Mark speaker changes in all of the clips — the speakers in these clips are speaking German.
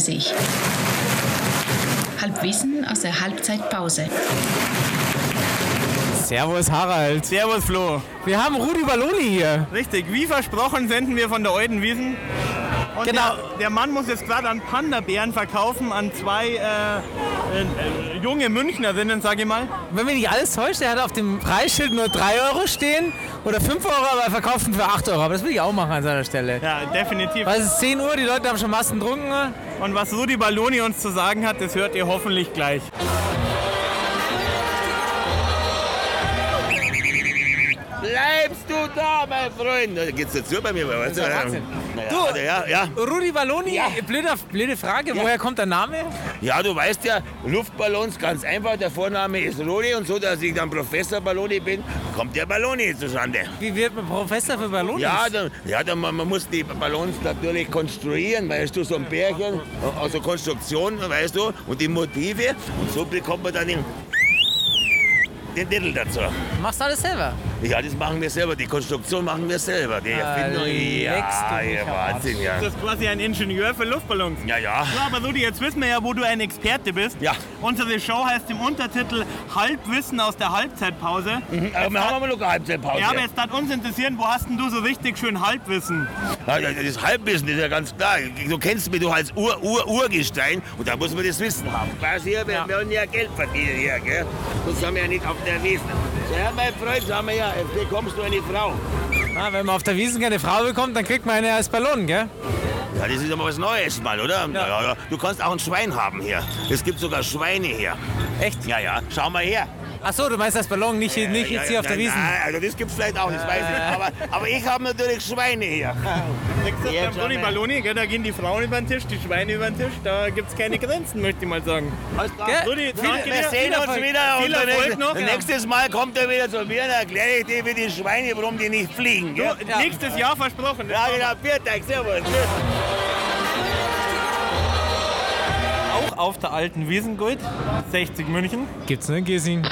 Speaker 1: sich. Halbwissen aus der Halbzeitpause.
Speaker 2: Servus Harald.
Speaker 3: Servus Flo.
Speaker 2: Wir haben Rudi Balloni hier.
Speaker 3: Richtig, wie versprochen senden wir von der Alten Wiesen. Und
Speaker 2: Genau.
Speaker 3: der, der Mann muss jetzt gerade an Panda-Bären verkaufen, an zwei äh, äh, äh, junge Münchnerinnen, sage ich mal.
Speaker 2: Wenn mich nicht alles täuscht, der hat auf dem Preisschild nur 3 Euro stehen oder 5 Euro, aber er verkauft ihn für 8 Euro. Aber das will ich auch machen an seiner Stelle.
Speaker 3: Ja, definitiv.
Speaker 2: Weil es ist 10 Uhr, die Leute haben schon Massen getrunken.
Speaker 3: Und was Rudi Balloni uns zu sagen hat, das hört ihr hoffentlich gleich.
Speaker 4: Bleibst du da, mein Freund? Da geht's dazu bei mir. Das
Speaker 2: ist ja Wahnsinn.
Speaker 4: Naja,
Speaker 2: Du-
Speaker 4: du. Ja, ja.
Speaker 2: Rudi Balloni, blöde, blöde Frage, woher kommt der Name?
Speaker 4: ja, du weißt ja, Luftballons, ganz einfach. Der Vorname ist Roni und so, dass ich dann Professor Balloni bin, kommt der Balloni zustande.
Speaker 2: Wie wird man Professor für Ballonis?
Speaker 4: Ja, dann, ja dann, man, man muss die Ballons natürlich konstruieren, weißt du, so ein Bärchen, also Konstruktion, weißt du, und die Motive. Und so bekommt man dann den, den Titel dazu.
Speaker 2: Machst du alles selber?
Speaker 4: Ja, das machen wir selber, die Konstruktion machen wir selber, die Erfindung,
Speaker 2: leckst du
Speaker 4: ja,
Speaker 2: mich
Speaker 4: ja,
Speaker 2: am
Speaker 4: Wahnsinn, ja.
Speaker 3: Das ist quasi ein Ingenieur für Luftballons.
Speaker 4: Ja, ja.
Speaker 3: So, aber Rudi, jetzt wissen wir ja, wo du ein Experte bist.
Speaker 4: Ja.
Speaker 3: Unsere Show heißt im Untertitel Halbwissen aus der Halbzeitpause.
Speaker 4: Aber wir haben aber noch eine Halbzeitpause.
Speaker 3: Ja, aber jetzt hat uns interessieren, wo hast denn du so richtig schön Halbwissen?
Speaker 4: Ja, ja, das Halbwissen ist ja ganz klar. Du kennst mich doch als Ur -Ur Urgestein und da muss man das Wissen haben. Was hier, wir wollen ja Geld verdienen hier, gell? Sonst sind wir ja nicht auf der Wiese. So, ja, mein Freund, sag mal ja, jetzt bekommst du eine Frau.
Speaker 2: Ah, wenn man auf der Wiesn keine Frau bekommt, dann kriegt man eine als Ballon, gell?
Speaker 4: Ja, das ist aber was Neues mal, oder? Ja, ja. Du kannst auch ein Schwein haben hier. Es gibt sogar Schweine hier.
Speaker 2: Echt?
Speaker 4: Ja, ja, schau mal her.
Speaker 2: Achso, du meinst als Ballon, nicht, hier- nicht
Speaker 4: ja,
Speaker 2: jetzt hier auf der
Speaker 4: nein,
Speaker 2: Wiesn.
Speaker 4: Nein, also das gibt's vielleicht auch nicht, weiß ich nicht. Aber, aber ich habe natürlich Schweine hier.
Speaker 3: Beim Rudi Balloni, gell, da gehen die Frauen über den Tisch, die Schweine über den Tisch, da gibt's keine Grenzen, möchte ich mal sagen.
Speaker 4: Alles klar.
Speaker 2: Gell?
Speaker 3: Rudi, danke
Speaker 4: Wir
Speaker 3: dir.
Speaker 4: sehen uns
Speaker 2: Erfolg.
Speaker 4: wieder
Speaker 3: Viel
Speaker 4: und
Speaker 3: Erfolg
Speaker 4: nächstes-
Speaker 3: noch, ja.
Speaker 4: nächstes Mal kommt er wieder zu mir und erkläre ich dir, wie die Schweine, warum die nicht fliegen. Gell?
Speaker 3: Du, Nächstes Jahr versprochen.
Speaker 4: Ja, genau, Biertag, servus. Tschüss.
Speaker 3: Auch auf der alten Wiesengold, 60 München.
Speaker 2: Gibt's ne, nur in Giesing.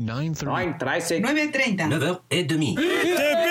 Speaker 5: 9.30
Speaker 6: 9.30.
Speaker 5: et demi.
Speaker 3: Tipp.